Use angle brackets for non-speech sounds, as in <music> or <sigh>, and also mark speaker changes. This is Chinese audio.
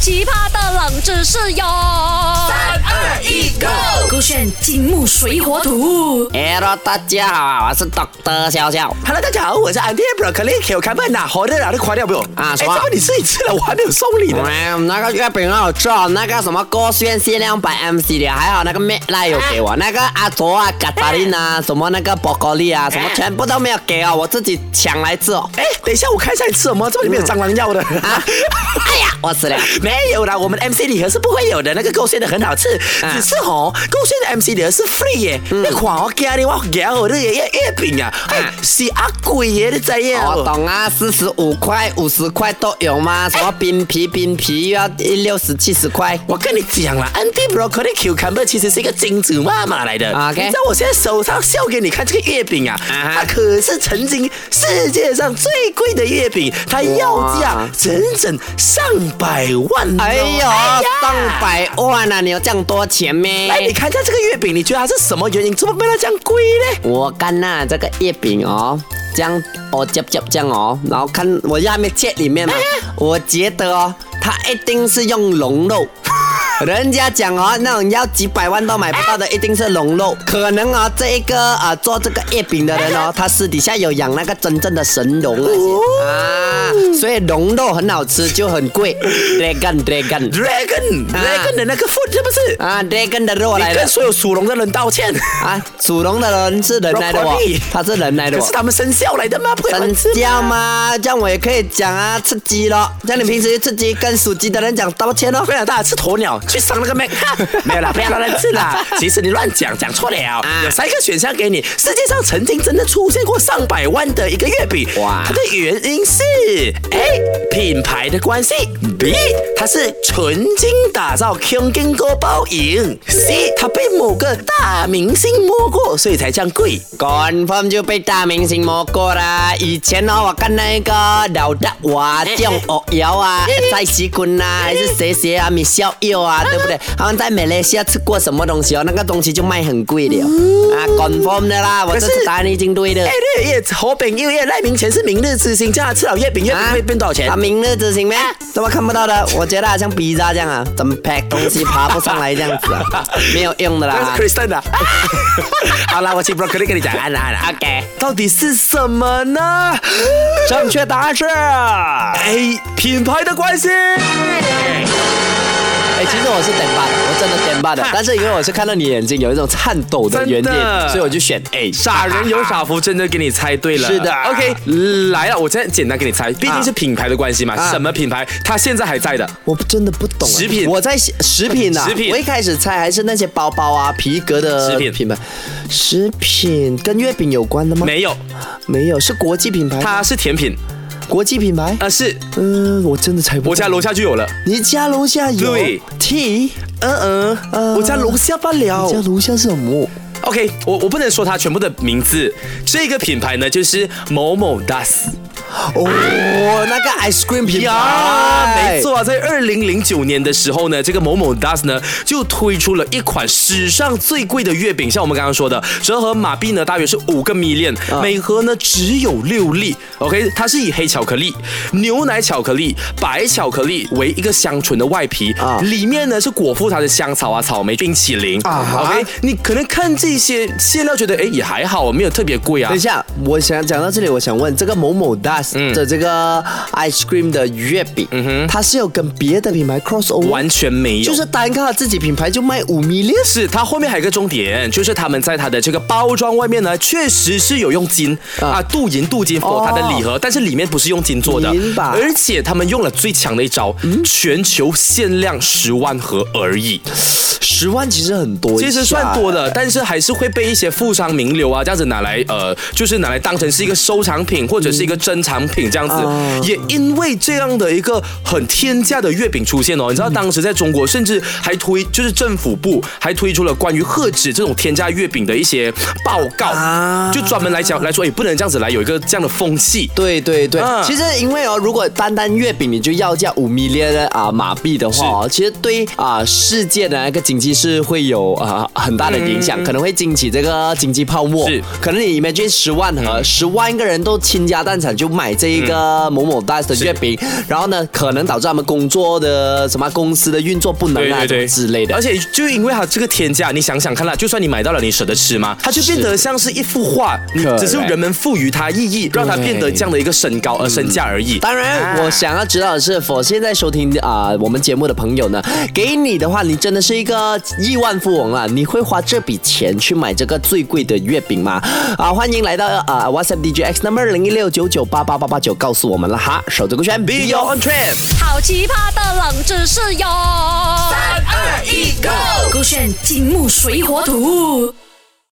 Speaker 1: 奇葩的冷知识哟！三
Speaker 2: 二一，Go！
Speaker 1: 勾选金木水火土。
Speaker 3: Hello，大哎家好啊，我是 Doctor 笑笑。
Speaker 2: Hello，大家好，我是 Andy Broccoli，我看不哪好的哪的垮掉没有？
Speaker 3: 啊什
Speaker 2: 哎，
Speaker 3: 么
Speaker 2: 怎么你自己吃了，我还没有送你呢。
Speaker 3: 嗯，那个月饼很好吃哦，那个什么勾炫限量版 MC 的，还好那个妹赖有给我，那个阿卓啊、卡塔琳啊、什么那个宝格丽啊，什么全部都没有给哦，我自己抢来吃哦。
Speaker 2: 哎，等一下，我看一下你吃什么，这么里
Speaker 3: 嗯
Speaker 2: 面有蟑螂药的。
Speaker 3: 啊， <laughs> 哎呀，我死了。
Speaker 2: 没有啦，我们 MC 礼盒是不会有的，那个勾芡的很好吃，
Speaker 3: 啊
Speaker 2: 只是哦，勾芡的 MC 礼盒是 free 耶，
Speaker 3: 嗯
Speaker 2: 那款我给你，我给我那个月月饼啊，哎
Speaker 3: 啊，
Speaker 2: 是啊贵耶，你知呀？
Speaker 3: 我懂啊，四十五块、五十块都有吗？什么冰皮、冰皮又要六十、七十块？
Speaker 2: 我跟你讲了，anti broccoli cucumber 其实是一个金主妈妈来的。
Speaker 3: OK
Speaker 2: 你知道我现在手上秀给你看这个月饼啊
Speaker 3: 啊哈
Speaker 2: 它可是曾经世界上最贵的月饼，它要价
Speaker 3: 哇
Speaker 2: 整整上百万哦、
Speaker 3: 哎呦，上百万啊！你有这样多钱咩？
Speaker 2: 来，你看一下这个月饼，你觉得它是什么原因？怎么卖到这样贵呢？
Speaker 3: 我看呐、这个月饼哦，这样哦，夹夹这样哦，然后看我就还没切里面嘛，我觉得哦，它一定是用龙肉。人家讲哦，那种要几百万都买不到的，一定是龙肉。可能哦，这一个啊、呃做这个月饼的人哦，他私底下有养那个真正的神龙那些啊，所以龙肉很好吃，就很贵。Dragon Dragon
Speaker 2: Dragon，Dragon
Speaker 3: 啊
Speaker 2: 的那个 food 是不是？
Speaker 3: 啊，Dragon 的肉来
Speaker 2: 你
Speaker 3: 了
Speaker 2: 跟所有属龙的人道歉，
Speaker 3: 啊，属龙的人是人来的哦
Speaker 2: Broccoli，
Speaker 3: 他是人来的
Speaker 2: 可
Speaker 3: 哦
Speaker 2: 是。他们生肖来的吗？不
Speaker 3: <laughs>
Speaker 2: 可能吃
Speaker 3: 真
Speaker 2: 吗
Speaker 3: 叫吗？这样我也可以讲啊，吃鸡咯。这样你平时吃鸡跟属鸡的人讲道歉哦
Speaker 2: 不。想大家吃鸵鸟，去上那个 Mac，哈没有啦，不要乱吃
Speaker 3: <laughs>
Speaker 2: 啦。其实你乱讲，讲错了。
Speaker 3: 啊
Speaker 2: 有三个选项给你，世界上曾经真的出现过上百万的一个月饼。哇
Speaker 3: 哇！
Speaker 2: 它的原因是 A 品牌的关系，B 它是纯金打造 King g i n g o 包赢，C 它被某个大明星摸过，所以才这样贵。
Speaker 3: confirm 就被大明星摸过啦。以前哦，我看那个老大娃、姜哦瑶 <laughs> 啊、蔡徐坤呐，还是谁谁啊、米孝佑 <laughs> 啊，对不对？他们在马来西亚吃过什么东西哦？那个东西就卖很贵 <laughs> 的哦啊，confirm 的啦。我
Speaker 2: 可
Speaker 3: 这
Speaker 2: 是
Speaker 3: 次答案已经对的 <laughs>
Speaker 2: 哎。，日月侯炳佑月赖明前是明日之星，叫他吃了月饼，月饼会变多少钱
Speaker 3: 啊，？明日之星咩？怎么看不到的？我觉得好像比渣这样啊，怎么拍东西爬不上来这样 <laughs> 子啊，没有用的啦
Speaker 2: 那。是 Kristen 的、啊。 <laughs> 好了，我请 Broccoli 跟你讲，安啦安啦。
Speaker 3: OK，
Speaker 2: 到底是什么呢？
Speaker 3: 正确答案是。哎，
Speaker 2: 哎，品牌的关系。
Speaker 3: 哎其实我是点吧的，我真的点吧的，但是因为我是看到你眼睛有一种颤抖的原
Speaker 2: 真的
Speaker 3: 点，所以我就选 A。
Speaker 2: 傻哎人有傻福，真的给你猜对了。
Speaker 3: 是的
Speaker 2: ，OK，来了，我现在简单给你猜，毕竟是品牌的关系嘛，
Speaker 3: 啊
Speaker 2: 什么品牌？它现在还在的。
Speaker 3: 我真的不懂啊
Speaker 2: 食品
Speaker 3: 我在想食品啊，
Speaker 2: 食品
Speaker 3: 我一开始猜还是那些包包啊、皮革的
Speaker 2: 食品
Speaker 3: 品牌，食品跟月饼有关的吗？
Speaker 2: 没有，
Speaker 3: 没有，是国际品牌，
Speaker 2: 它是甜品，
Speaker 3: 国际品牌。
Speaker 2: 呃，是
Speaker 3: 嗯，我真的猜不到。
Speaker 2: 我家楼下就有了。
Speaker 3: 你家楼下有
Speaker 2: 对
Speaker 3: T，
Speaker 2: 嗯嗯，
Speaker 3: 呃
Speaker 2: 我家楼下罢了
Speaker 3: 你。家楼下是什么？
Speaker 2: OK，我我不能说它全部的名字，这个品牌呢就是某某 Das。
Speaker 3: 哦，那个 ice cream 品
Speaker 2: 呀，
Speaker 3: 牌，
Speaker 2: 没。错，在二零零九年的时候呢，这个某某 Das 呢就推出了一款史上最贵的月饼，像我们刚刚说的，折合马币呢大约是五个米链，
Speaker 3: 啊
Speaker 2: 每盒呢只有六粒。OK，它是以黑巧克力、牛奶巧克力、白巧克力为一个香醇的外皮，
Speaker 3: 啊
Speaker 2: 里面呢是果腹它的香草啊、草莓、冰淇淋。
Speaker 3: 啊哈
Speaker 2: OK，你可能看这些馅料觉得哎也还好啊，没有特别贵啊
Speaker 3: 等一。下，我想讲到这里，我想问这个某某
Speaker 2: 嗯
Speaker 3: Das 的这个 ice cream 的月饼，它是有跟别的品牌 cross over，
Speaker 2: 完全没有，
Speaker 3: 就是单靠自己品牌就卖五 million，
Speaker 2: 是它后面还有一个重点，就是他们在它的这个包装外面呢，确实是有用金啊
Speaker 3: 啊
Speaker 2: 镀银镀金佛
Speaker 3: 哦
Speaker 2: 它的礼盒，但是里面不是用金做的
Speaker 3: 明白，嗯
Speaker 2: 而且他们用了最强的一招，全球限量十万盒而已，
Speaker 3: 十万其实很多，
Speaker 2: 其实算多。的，但是还是会被一些富商名流啊这样子拿来呃，就是拿来当成是一个收藏品或者是一个珍藏品这样子。
Speaker 3: 啊
Speaker 2: 也因为这样的一个很天价的月饼出现哦，你知道当时在中国甚至还推就是政府部还推出了关于遏止这种天价月饼的一些报告，
Speaker 3: 啊
Speaker 2: 就专门来讲来说，也哎不能这样子来有一个这样的风气。
Speaker 3: 对对对，
Speaker 2: 嗯
Speaker 3: 其实因为哦，如果单单月饼你就要价五 million 啊马币的话哦，其实对啊世界的那个经济是会有啊、呃很大的影响，可能会惊起这个经济泡沫。
Speaker 2: 嗯是嗯
Speaker 3: 可能你 imagine 十万盒，十、万个人都倾家荡产就买这一个某某大的月饼，然后呢，可能导致他们工作的什么公司的运作不能
Speaker 2: 对
Speaker 3: 啊
Speaker 2: 对对
Speaker 3: 之类的
Speaker 2: 而。且就因为它这个天价，你想想看啦，就算你买到了，你舍得吃吗？它就变得像是一幅画，你只是
Speaker 3: Correct
Speaker 2: 人们赋予它意义，让它变得这样的一个身高而身价而已。
Speaker 3: 当然，我想要知道的是，我现在收听啊、我们节目的朋友呢，给你的话，你真的是一个亿万富翁啊！你会花这笔钱去买这个最贵的月饼吗？啊，欢迎来到啊、WhatsApp DJX number 零一六九九八八八八九，告诉我们了哈，手这个圈
Speaker 2: Be
Speaker 3: ，Be
Speaker 2: your
Speaker 3: your
Speaker 2: own trend。
Speaker 1: 好奇葩的冷知识哟！三二一，Go！勾选金木水火土。